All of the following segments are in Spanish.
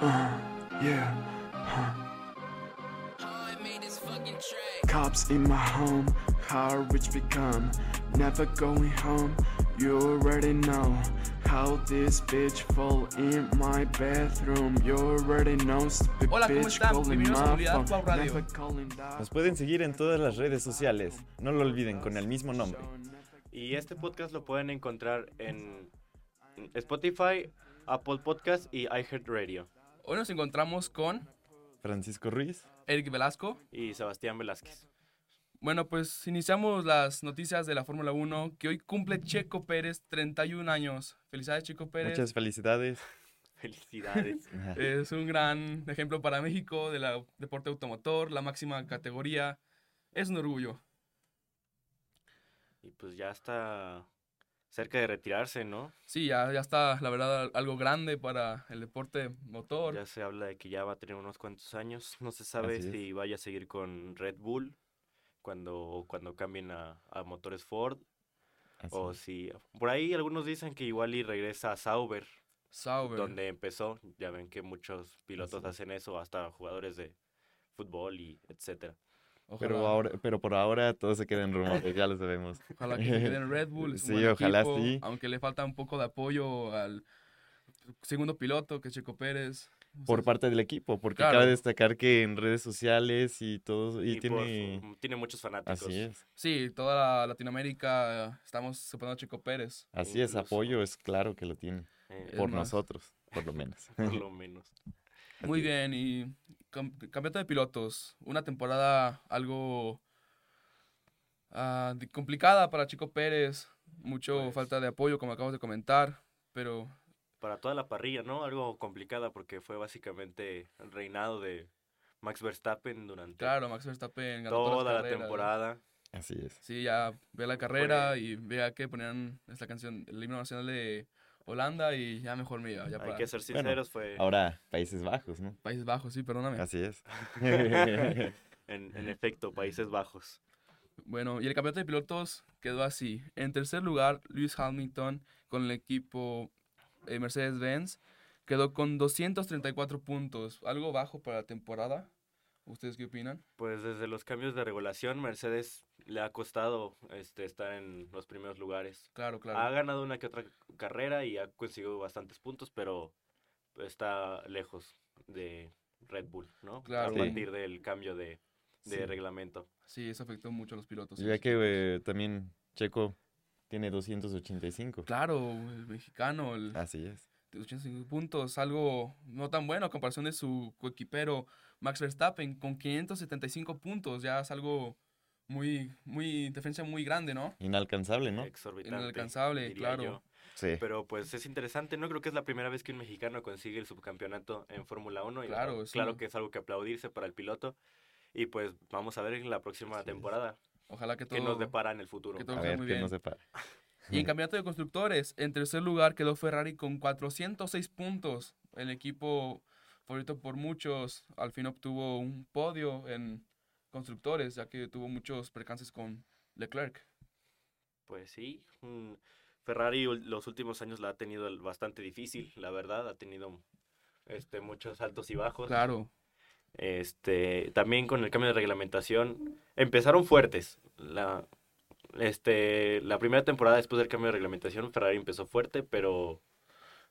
Uh, yeah. Huh. Cops in my home, how rich become. Never going home, you already know. How this bitch fall in my bathroom, you already know. Stupid Hola, ¿cómo bitch están? calling Bienvenidos a my Comunidad phone, Cuau Radio. never calling that Nos pueden seguir en todas las redes sociales, no lo olviden, con el mismo nombre. Y este podcast lo pueden encontrar en Spotify, Apple Podcast y iHeartRadio. Hoy nos encontramos con Francisco Ruiz, Eric Velasco. Y Sebastián Velázquez. Bueno, pues iniciamos las noticias de la Fórmula 1, que hoy cumple Checo Pérez 31 años. Felicidades, Checo Pérez. muchas felicidades. Felicidades. Es un gran ejemplo para México del deporte automotor, la máxima categoría. Es un orgullo. y pues ya está cerca de retirarse, ¿no? Sí, ya, ya está, la verdad, algo grande para el deporte motor. Ya se habla de que ya va a tener unos cuantos años. No se sabe Así es. si vaya a seguir con Red Bull cuando, cuando cambien a, a motores Ford. O si. Por ahí algunos dicen que igual y regresa a Sauber, Sauber. donde empezó. Ya ven que muchos pilotos Así es. hacen eso, hasta jugadores de fútbol y etcétera. Ojalá, Pero, ahora, pero por ahora todo se queda en rumores, ya lo sabemos. ojalá que se quede en Red Bull. es un Sí, buen ojalá equipo, sí. Aunque le falta un poco de apoyo al segundo piloto, que es Checo Pérez. Por parte del equipo, porque Claro. cabe destacar que en redes sociales y todo, y, por tiene... su- tiene muchos fanáticos. Así es, Sí, toda la Latinoamérica eh, estamos soportando a Checo Pérez. así es, Incluso- apoyo es claro que lo tiene, eh, Es por más. nosotros, por lo menos. por lo menos. Muy Así es. bien, y cam- campeonato de pilotos. Una temporada algo ah, di- complicada para Chico Pérez. Mucho Pues. falta de apoyo, como acabamos de comentar. Pero Para toda la parrilla, ¿no? Algo complicada porque fue básicamente el reinado de Max Verstappen durante claro, Max Verstappen ganó todas las toda la carreras, ¿no? temporada. Así es. Sí, ya ve la carrera y vea que ponían esta canción, el himno nacional de Holanda y ya mejor me iba. Ya Hay para que ser Bueno, sinceros, fue Ahora, Países Bajos, ¿no? Países Bajos, sí, perdóname. Así es. en, en efecto Países Bajos. Bueno, y el campeonato de pilotos quedó así. En tercer lugar, Lewis Hamilton con el equipo eh, Mercedes-Benz quedó con 234 puntos, algo bajo para la temporada. ¿Ustedes qué opinan? Pues desde los cambios de regulación, Mercedes le ha costado este, estar en los primeros lugares. Claro, Ha Ah. claro. ganado una que otra carrera y ha conseguido bastantes puntos, pero está lejos de Red Bull, ¿no? Claro. A Sí. partir del cambio de, de Sí. reglamento. Sí, eso afectó mucho a los pilotos. Ya que eh, también Checo tiene 285. Claro, el mexicano, el Así es. 85 puntos, algo no tan bueno a comparación de su coequipero Max Verstappen con 575 puntos, ya es algo muy, muy, diferencia muy grande, ¿no? Inalcanzable, ¿no? Exorbitante. Inalcanzable, diría claro. yo. Sí. Eh, Pero pues es interesante, no creo que es la primera vez que un mexicano consigue el subcampeonato en Fórmula 1. Y Claro, claro, es claro una- que es algo que aplaudirse para el piloto. Y pues vamos a ver en la próxima Así es. temporada Ojalá que todo... qué nos depara en el futuro. que todo- A Todo ver muy qué bien. nos depara. Y en campeonato de constructores, en tercer lugar quedó Ferrari con 406 puntos. El equipo favorito por muchos al fin obtuvo un podio en constructores, ya que tuvo muchos percances con Leclerc. Pues sí, mm, Ferrari ul- los últimos años la ha tenido el- bastante difícil, la verdad, ha tenido este, muchos altos y bajos. Claro, Este, también con el cambio de reglamentación, empezaron fuertes. La, este, la primera temporada después del cambio de reglamentación, Ferrari empezó fuerte, pero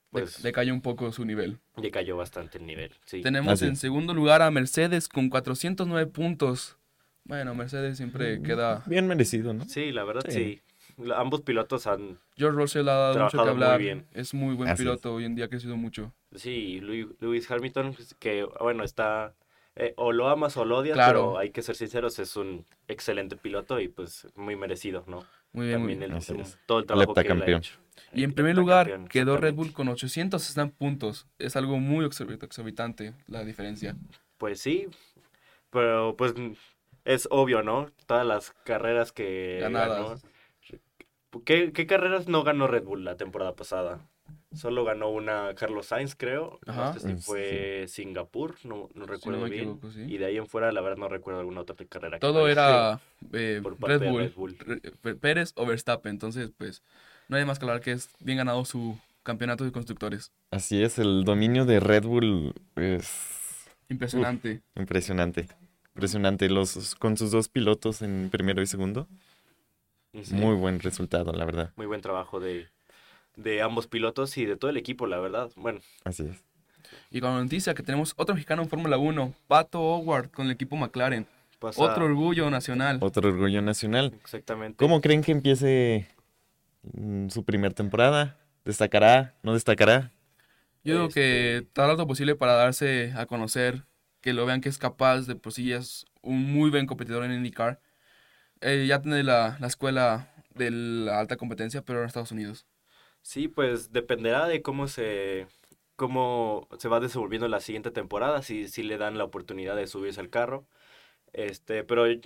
pues decayó un poco su nivel. decayó bastante el nivel. Sí. Tenemos Así en es. segundo lugar a Mercedes con 409 puntos. Bueno, Mercedes Mm. siempre queda... Bien merecido, ¿no? Sí, la verdad Sí. sí. La- ambos pilotos han... George Russell ha dado mucho que Trabajado muy hablar. bien. Es muy buen Así es. piloto, hoy en día ha crecido mucho. Sí, Louis, Lewis Hamilton, pues, que bueno, está... eh, o lo amas o lo odias, Claro. pero hay que ser sinceros, es un excelente piloto y pues muy merecido, ¿no? Muy bien, muy También bien. el, Así un- es. todo el trabajo que él ha heptacampeón. hecho. Y en El primer lugar heptacampeón, quedó Red exactamente. Bull con 860 puntos. Es algo muy exorbit- exorbitante la diferencia. Pues sí, pero pues mm, es obvio, ¿no? Todas las carreras que Ganadas. ganó. ¿Qué, qué carreras no ganó Red Bull la temporada pasada? Solo ganó una Carlos Sainz, creo. Ajá. No sé si Mm, fue Singapur, no, no recuerdo me bien. equivoco, sí. Y de ahí en fuera, la verdad, no recuerdo alguna otra carrera. que Todo haya era sido eh, pues por parte Red de Bull, Red Bull. Re- Pérez o Verstappen. Entonces, pues, no hay más que hablar que es bien ganado su campeonatos de constructores. Así es, el dominio de Red Bull es Impresionante. impresionante. Impresionante. Los, con sus dos pilotos en primero y segundo. Sí. Muy buen resultado, la verdad. Muy buen trabajo de, de ambos pilotos y de todo el equipo, la verdad. Bueno, Así es. Y con la noticia que tenemos otro mexicano en Fórmula 1, Pato Howard con el equipo McLaren. pasa otro orgullo nacional. Otro orgullo nacional. exactamente. ¿Cómo creen que empiece mm, su primer temporada? ¿Destacará? ¿No destacará? Yo digo Este, que tarda lo posible para darse a conocer, que lo vean que es capaz de, por sí ya es un muy buen competidor en IndyCar. Eh, ya tiene la, la escuela de la alta competencia, pero en Estados Unidos. Sí, pues dependerá de cómo se, cómo se va desenvolviendo la siguiente temporada, si, si le dan la oportunidad de subirse al carro. Este, pero en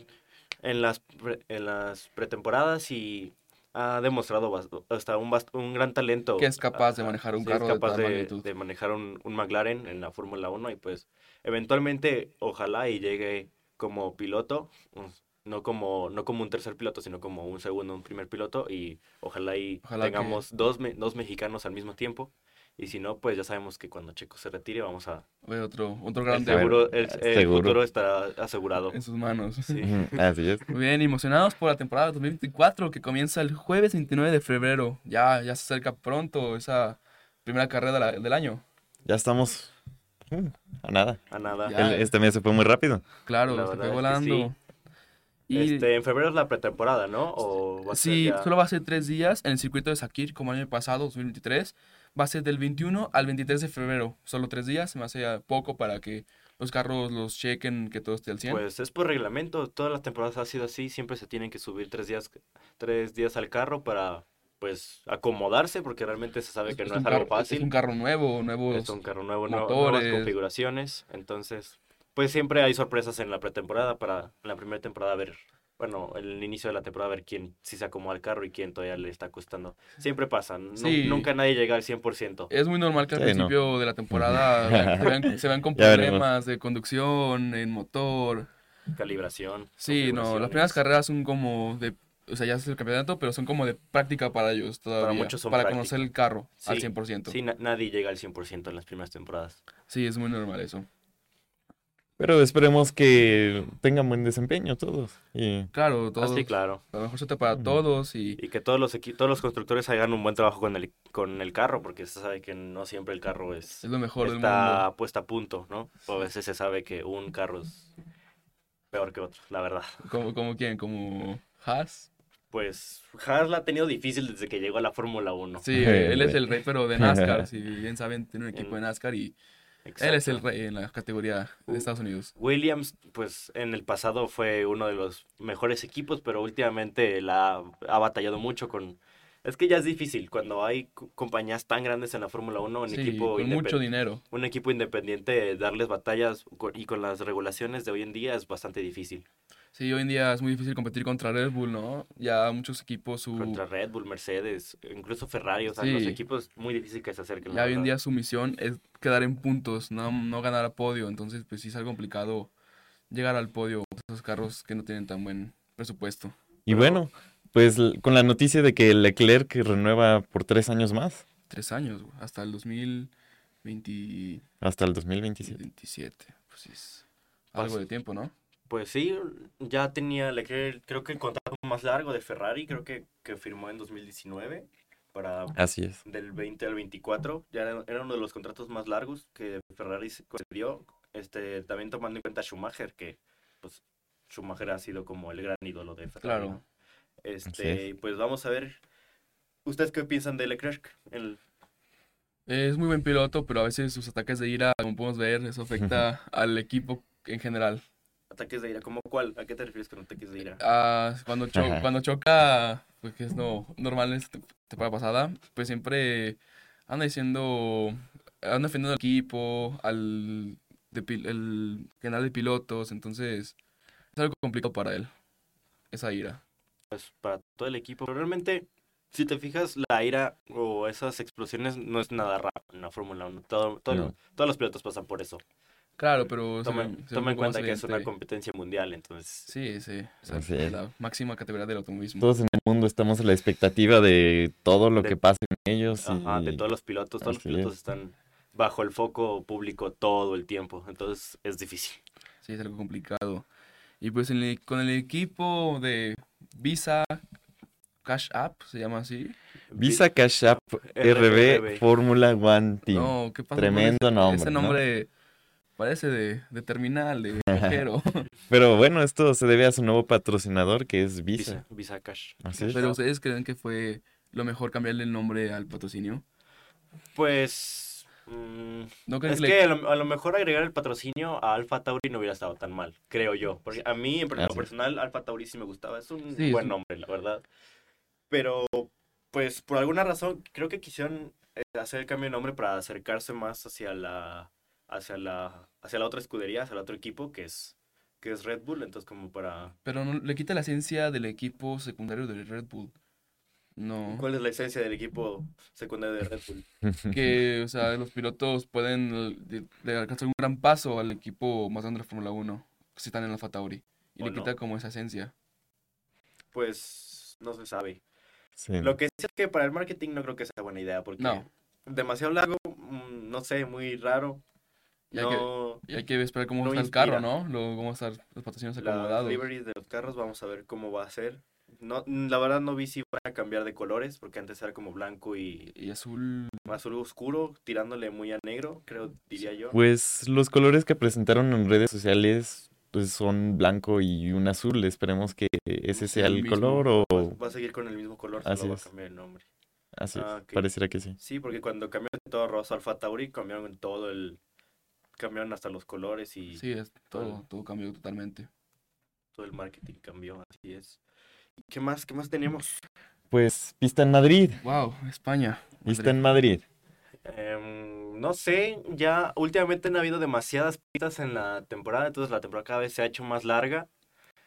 las, pre- en las pretemporadas y ha demostrado bas- hasta un, bast- un gran talento. Que es capaz de Ah, manejar un sí, es carro de capaz tal de- magnitud. de manejar un, un McLaren en la Fórmula 1 y pues eventualmente ojalá y llegue como piloto, pues, no como, no como un tercer piloto, sino como un segundo, un primer piloto y ojalá y Ojalá que- tengamos dos, me- dos mexicanos al mismo tiempo. Y si no, pues ya sabemos que cuando Checo se retire vamos a... Ve otro, otro gran Exacto. debut Seguro, el, el seguro. futuro estará asegurado. en sus manos. Sí. Ujú, Así es. Muy bien, emocionados por la temporada 2024 que comienza el jueves 29 de febrero. Ya, ya se acerca pronto esa primera carrera de la- del año. Ya estamos mm, a nada. A nada. Ya. El- este mes se fue muy rápido. Claro, La se fue verdad es que sí. volando. Y Este, en febrero es la pretemporada, ¿no? O va a ser sí, ya- solo va a ser tres días en el circuito de Sakir, como el año pasado, 2023. Va a ser del 21 al 23 de febrero. Solo tres días, se me hace poco para que los carros los chequen, que todo esté al 100. Pues es por reglamento, todas las temporadas ha sido así, siempre se tienen que subir tres días, tres días al carro para pues acomodarse, porque realmente se sabe que no es, un algo carro- fácil. Es un carro nuevo, nuevos. Es un carro nuevo, nuevo- nuevas motores. configuraciones. Entonces, pues siempre hay sorpresas en la pretemporada para en la primera temporada ver, bueno, en el inicio de la temporada ver quién sí se acomoda al carro y quién todavía le está costando. Siempre pasa, nu- Sí. Eh, nunca nadie llega al 100%. Es muy normal que al Sí, no. principio de la temporada vean- se vean, se vean con Ya veremos. problemas de conducción, en motor. Calibración. Sí, no, las primeras configuraciones. carreras son como de, o sea, ya es el campeonato, pero son como de práctica para ellos todavía. muchos son para práctica. conocer el carro al Sí, 100%. Sí, na- nadie llega al 100% en las primeras temporadas. sí, es muy normal eso. Pero esperemos que tengan buen desempeño todos. Y Claro, todos. Así, Ah, claro. A lo mejor se te para Ujú. todos y Y que todos los equi- todos los constructores hagan un buen trabajo con el, con el carro, porque se sabe que no siempre el carro es, es lo mejor del mundo. está puesta a punto, ¿no? O a veces se sabe que un carro es peor que otro, la verdad. Como, como quién, como Haas. Pues Haas la ha tenido difícil desde que llegó a la Fórmula 1. Sí, Eh, él es güey. el rey, pero de NASCAR. si bien saben, tiene un equipo de NASCAR y él es Mm. Exacto. el rey en la categoría de Uh. Estados Unidos. Williams, pues en el pasado fue uno de los mejores equipos, pero últimamente la ha- ha batallado mucho con... Es que ya es difícil cuando hay co- compañías tan grandes en la Fórmula 1, un Sí, equipo con mucho independ- dinero. un equipo independiente darles batallas co- y con las regulaciones de hoy en día es bastante difícil. Sí, hoy en día es muy difícil competir contra Red Bull, ¿no? Ya muchos equipos su Contra Red Bull, Mercedes, incluso Ferrari, o sea, Mm. Sí. los equipos muy difícil que se acerquen. la Ya hoy en verdad. día su misión es quedar en puntos, no, no ganar a podio. Entonces, pues sí es algo complicado llegar al podio con esos carros que no tienen tan buen presupuesto. Y bueno, pues l- con la noticia de que Leclerc renueva por tres años más, Tres años, güey, hasta el 2027. hasta el 2027. Pues sí es algo de tiempo, ¿no? Pues sí, ya tenía, le cre- creo que el contrato más largo de Ferrari, creo que, que firmó en 2019 para Así es. del 20 al 24, ya era, era uno de los contratos más largos que Ferrari se concedió, este, también tomando en cuenta a Schumacher, que pues Schumacher ha sido como el gran ídolo de Ferrari. Claro. ¿no? Este, pues vamos a ver. ¿Ustedes qué piensan de Leclerc? El- Es muy buen piloto, pero a veces sus ataques de ira, como podemos ver, eso afecta al equipo en general. ataques de ira, ¿cómo cuál? ¿A qué te refieres con ataques de ira? Ah, cuando, cho- Ajá. cuando choca, pues que es no, normal en esta temporada pasada, pues siempre anda diciendo, anda defendiendo al equipo, al de pil- el canal de pilotos, entonces es algo complicado para él, esa ira. Pues para todo el equipo. Pero realmente, si te fijas, la ira o esas explosiones no es nada raro en la Fórmula 1. Todo, todo- No. Todos los pilotos pasan por eso. Claro, pero... se Tomen, ve- se ve tomen en un poco más cuenta que es una evidente. competencia mundial, entonces. Sí, sí. o sea, Así es. La máxima categoría del automovilismo. Todos en el mundo estamos a la expectativa de todo lo De- que pasa con ellos. Ajá, y- de todos los pilotos, todos los Así pilotos es. están bajo el foco público todo el tiempo, entonces es difícil. Sí, es algo complicado. Y pues en el- con el equipo de Visa Cash App, se llama así. Visa Cash App RB. RB Fórmula One Team. No, ¿qué pasa? con Tremendo nombre. Ese ¿no? nombre parece de, de terminal, de cajero. Pero bueno, esto se debe a su nuevo patrocinador que es Visa, Visa. Visa Cash. Así es. Pero ¿ustedes creen que fue lo mejor cambiarle el nombre al patrocinio? Pues. mm, ¿No creen es le- que a lo, a lo mejor agregar el patrocinio a Alfa Tauri no hubiera estado tan mal, creo yo. Porque a mí, en lo Así es. personal, Alfa Tauri sí me gustaba. Es un Sí, es buen un- nombre, la verdad. Pero, pues, por alguna razón, creo que quisieron eh, hacer el cambio de nombre para acercarse más hacia la. hacia la. hacia la otra escudería, hacia el otro equipo que es. que es Red Bull. Entonces, como para. Pero no, le quita la esencia del equipo secundario de Red Bull. No. ¿Cuál es la esencia del equipo secundario de Red Bull? Que, o sea, los pilotos pueden el, de- le alcanzar un gran paso al equipo más grande de la Fórmula 1, si están en Alfa Tauri. Y ¿O le no? quita como esa esencia. Pues. no se sabe. Sí. Lo que sí es que para el marketing no creo que sea buena idea, porque No. demasiado largo, mm, no sé, muy raro. Ya no, Y hay que esperar cómo No está el inspira. carro, ¿no? Luego cómo están los patrocinios las acomodados. liveries de los carros, vamos a ver cómo va a ser. No, mm, la verdad no vi si van a cambiar de colores, porque antes era como blanco y Y azul. azul oscuro, tirándole muy a negro, creo, diría yo. Pues los colores que presentaron en redes sociales pues, son blanco y un azul. Esperemos que ese Pues sea el el mismo. color o Va a seguir con el mismo color, Así solo va a es. cambiar el nombre. así es, Ah, ok. pareciera que sí. Sí, porque cuando cambiaron de todo rosa alfa Tauri, cambiaron todo el... Cambiaron hasta los colores y... Sí, es todo, Todo. todo cambió totalmente. todo el marketing cambió, así es. ¿Y ¿Qué más? ¿Qué más tenemos? Pues pista en Madrid, Wow, España. pista en Madrid. Em, no sé, ya últimamente han habido demasiadas pistas en la temporada, entonces la temporada cada vez se ha hecho más larga.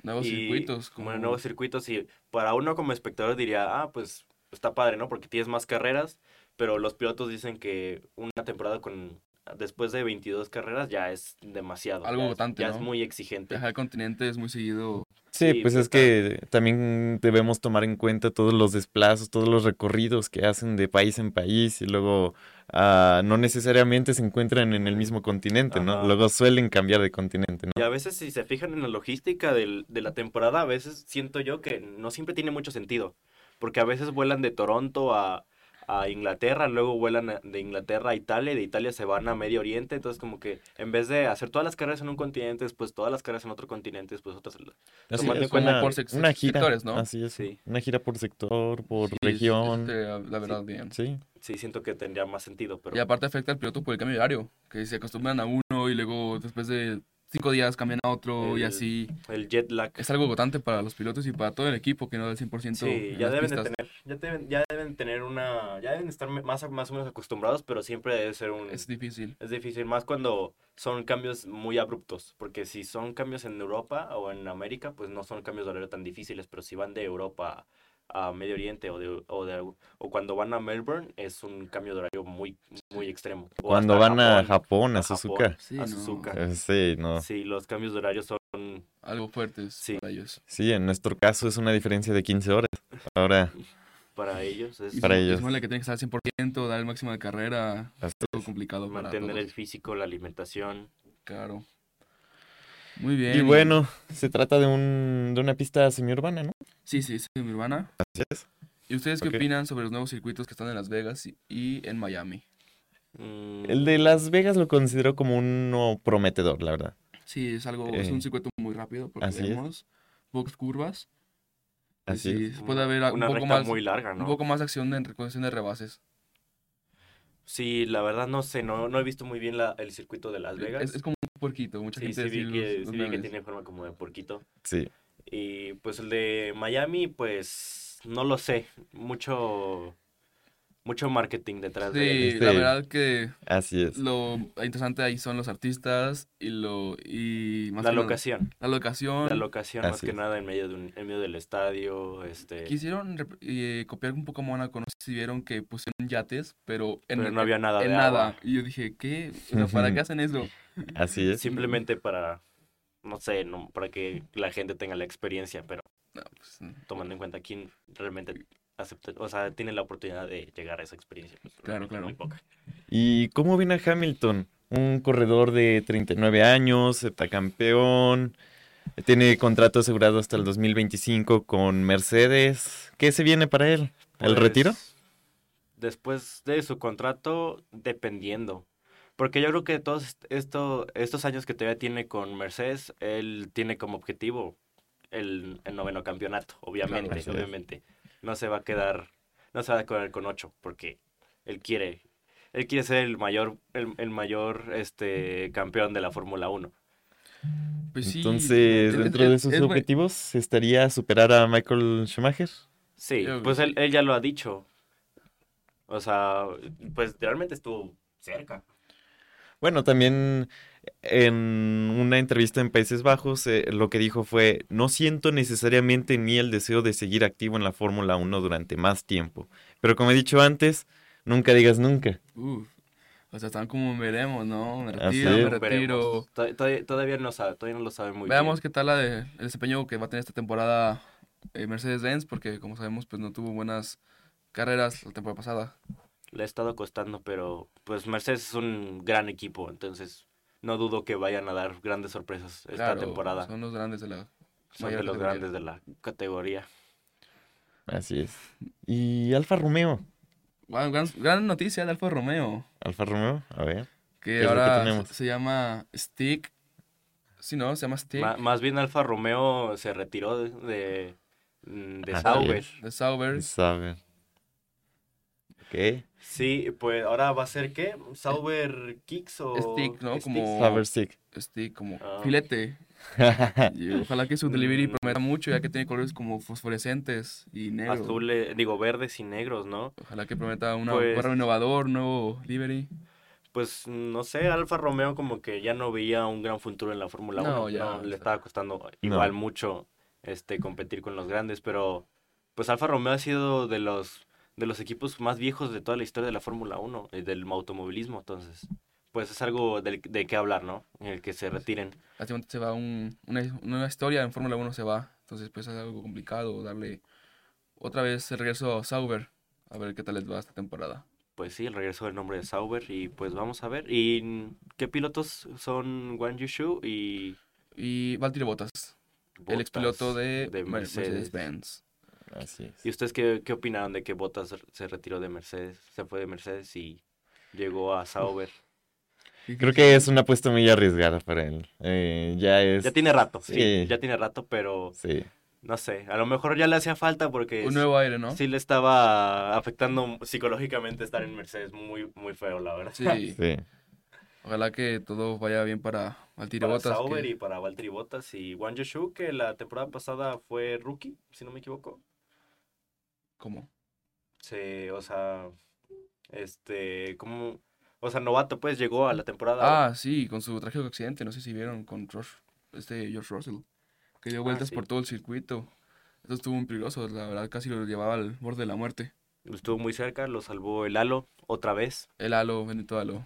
Nuevos y, circuitos. bueno, nuevos circuitos y para uno como espectador diría, ah, pues está padre, ¿no? Porque tienes más carreras, pero los pilotos dicen que una temporada con después de 22 carreras ya es demasiado. Algo ya es- agotante, Ya ¿no? es muy exigente. Viajar al continente es muy seguido. Sí, Sí, pues pues, es que también debemos tomar en cuenta todos los desplazos, todos los recorridos que hacen de país en país y luego ah, no necesariamente se encuentran en el mismo continente, ¿no? Ajá. Luego suelen cambiar de continente, ¿no? Y a veces si se fijan en la logística del- de la temporada, a veces siento yo que no siempre tiene mucho sentido. Porque a veces vuelan de Toronto a, a Inglaterra, luego vuelan a- de Inglaterra a Italia, y de Italia se van a Medio Oriente. Entonces como que en vez de hacer todas las carreras en un continente, después todas las carreras en otro continente, después otras... Así Tomando es, en cuenta una, por sec- una gira, sectores, ¿no? Así es, Sí. una gira por sector, por Sí, es- región, este, la verdad, bien. sí. Sí, siento que tendría más sentido, pero... Y aparte afecta al piloto por el cambio de horario. Que se acostumbran a uno y luego después de cinco días cambian a otro y El- así. El jet lag. Es algo agotante para los pilotos y para todo el equipo que no da el 100%. Sí, en ya las deben de pistas. tener, ya deben, ya deben tener una, ya deben estar más, más o menos acostumbrados, pero siempre debe ser un, Es difícil. Es difícil, más cuando son cambios muy abruptos, porque si son cambios en Europa o en América, pues no son cambios de horario tan difíciles, pero si van de Europa a Medio Oriente o, de, o, de- o cuando van a Melbourne, es un cambio de horario muy, muy extremo. O Cuando hasta van a Japón, a Suzuka. Japón, Sí, a no. Suzuka. Eh, Sí, no. Sí, los cambios de horario son... Algo fuerte Sí. para ellos. Sí, en nuestro caso es una diferencia de 15 horas. Ahora, Para ellos es Y Para su- y ellos. súmale que tienen que estar al 100%, dar el máximo de carrera. Así Es algo complicado para mantener el todos. físico, la alimentación. Claro. Muy bien. y bueno, se trata de, un, de una pista semiurbana, ¿no? Sí, sí, sí, mi urbana. Así es. ¿Y ustedes qué Ok. opinan sobre los nuevos circuitos que están en Las Vegas y- y en Miami? Mm, El de Las Vegas lo considero como uno prometedor, la verdad. Sí, es algo, es Eh, un circuito muy rápido porque así es. vemos pocas curvas. y Así sí, es. puede haber a- un una poco recta más, muy larga, ¿no? un poco más de acción en cuestión de rebases. Sí, la verdad no sé, no, no he visto muy bien la- el circuito de Las Vegas. Es, es como un puerquito, mucha Sí, gente sí, vi sí que, los- los sí vi que memes. tiene forma como de porquito. Sí. Y pues el de Miami, pues no lo sé. Mucho, mucho marketing detrás de este, Sí, Sí. la verdad que Así este es. lo interesante ahí son los artistas y lo y más la que nada, locación. la locación. La locación, más Así que es. nada, en medio, de un- en medio del estadio. Este, Quisieron rep- eh, copiar un poco Mónaco, no sé si vieron que pusieron yates, pero en, pero no había nada en de nada. agua. Y yo dije, ¿qué? O sea, ¿Para qué Ujú. hacen eso? Así es. Simplemente para, no sé, no, para que la gente tenga la experiencia, pero No, pues, tomando en cuenta quién realmente acepta, o sea, tiene la oportunidad de llegar a esa experiencia. pues, Claro, realmente claro. Muy poca. ¿Y cómo viene a Hamilton? Un corredor de 39 años, septacampeón, tiene contrato asegurado hasta el 2025 con Mercedes. ¿Qué se viene para él? ¿El Pues, retiro? Después de su contrato, dependiendo. Porque yo creo que todos est- esto, estos años que todavía tiene con Mercedes, él tiene como objetivo el, el noveno campeonato, obviamente, así es. obviamente. No se va a quedar, no se va a quedar con ocho, porque él quiere, él quiere ser el mayor, el, el mayor este campeón de la Fórmula 1. pues sí, Entonces, es- dentro es- de sus es buen- objetivos, ¿estaría superar a Michael Schumacher? Sí, Yo creo pues que él, él ya lo ha dicho. O sea, pues realmente estuvo cerca. Bueno, también en una entrevista en Países Bajos, eh, lo que dijo fue, no siento necesariamente en mí el deseo de seguir activo en la Fórmula 1 durante más tiempo. Pero como he dicho antes, nunca digas nunca. Uf. O sea, están como veremos, ¿no? Me Así retiro, es. me retiro. Veremos. Tod- Todavía, todavía no sabe, todavía no lo sabe muy Veamos bien. qué tal la de, el desempeño que va a tener esta temporada eh, Mercedes-Benz, porque como sabemos, pues no tuvo buenas carreras la temporada pasada. Le ha estado costando, pero pues Mercedes es un gran equipo, entonces no dudo que vayan a dar grandes sorpresas esta Claro, temporada. Son, Son los grandes de la de mayor los categoría. grandes de la categoría. Así es. ¿Y Alfa Romeo? Guau, gran, gran noticia de Alfa Romeo, Alfa Romeo, a ver. ¿Qué que es lo que ahora tenemos? se llama Stick. Sí, ¿no? Se llama Stick. Ma- más bien Alfa Romeo se retiró de, de, mm, de Así Sauber. es. de Sauber. Saben. Ok. Sí, pues ahora va a ser qué? Sauber Kicks o Stick, ¿no? Oh. Como- Saber Stick. Stick, como Ah. filete. Y ojalá que su delivery prometa mucho, ya que tiene colores como fosforescentes y negros. azules, eh, digo verdes y negros, ¿no? Ojalá que prometa un Pues- barro innovador, nuevo delivery. Pues no sé, Alfa Romeo como que ya no veía un gran futuro en la Fórmula No, 1. ya, no, o le sea. estaba costando igual mucho este competir con los grandes, pero pues Alfa Romeo ha sido de los de los equipos más viejos de toda la historia de la Fórmula 1 y del automovilismo, entonces pues es algo del- de, qué hablar, ¿no? En el que se Pues retiren. Lástimamente se va un- una, una historia en Fórmula 1 se va. Entonces, pues es algo complicado darle otra vez el regreso a Sauber. A ver qué tal les va esta temporada. Pues sí, el regreso del nombre de Sauber y pues vamos a ver. ¿Y qué pilotos son Guan Yushu y Y Valtteri Bottas, el expiloto Bottas de, de Mer- Mercedes? Mercedes-Benz. Así es. ¿Y ustedes qué, qué opinaron de que Bottas r- se retiró de Mercedes? Se fue de Mercedes y llegó a Sauber. Creo que es una apuesta muy arriesgada para él. Eh, ya es. Ya tiene rato, sí. Sí. Ya tiene rato, pero Sí. no sé. A lo mejor ya le hacía falta porque Un s- nuevo aire, ¿no? sí le estaba afectando psicológicamente estar en Mercedes muy, muy feo, la verdad. Sí. Sí. Ojalá que todo vaya bien para Valtteri Para Bottas. Sauber que- y para Valtteri Bottas y Juan Yushu, que la temporada pasada fue rookie, si no me equivoco. ¿Cómo? Se, o sea, este, como, o sea, novato, pues llegó a la temporada. Ah, sí, con su trágico accidente, no sé si vieron, con Rush- este George Russell, que dio Ah, vueltas sí. por todo el circuito. Esto estuvo muy peligroso, la verdad, casi lo llevaba al borde de la muerte. Estuvo muy cerca, lo salvó el halo otra vez. El halo, bendito halo.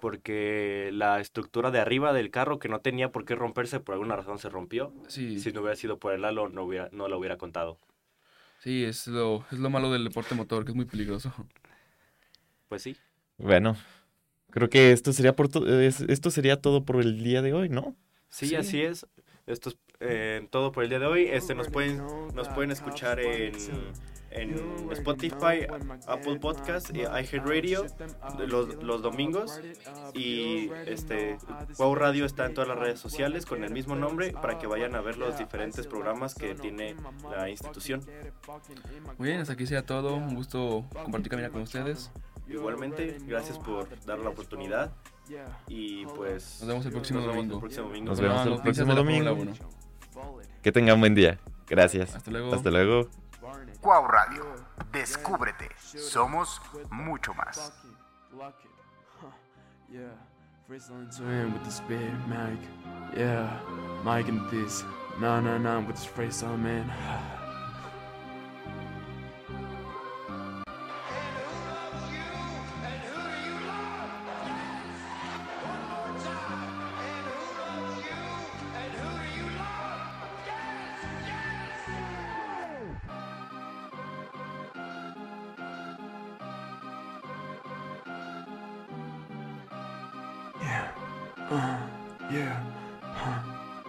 porque la estructura de arriba del carro que no tenía por qué romperse por alguna razón se rompió. Sí, Si sí, no hubiera sido por el halo no hubiera no lo hubiera contado. es, lo, es lo malo del deporte motor, que es muy peligroso. Pues sí. Bueno. Creo que esto sería por to- es- esto sería todo por el día de hoy, ¿no? Sí, Sí. así es. Esto es eh, todo por el día de hoy. Este nos pueden nos nos pueden escuchar en en Spotify, Apple Podcast y iHeartRadio los, los domingos y este Wow Radio está en todas las redes sociales con el mismo nombre para que vayan a ver los diferentes programas que tiene la institución. Muy bien, hasta aquí sea todo. Un gusto compartir camina con ustedes. Igualmente, gracias por dar la oportunidad y pues Nos vemos el próximo nos vemos el domingo. próximo domingo. Nos Con vemos las el noticias de próximo la Fórmula domingo. 1. Que tengan buen día. Gracias. Hasta luego. Hasta luego. Cuau Radio. Descúbrete. Somos mucho más. Fucking lucky. Huh. Yeah. Frizzling to him with this big Mike. Yeah. Mike and this. No, no, no, with this phrase on, man. And who do you love? One more time. Uh, yeah.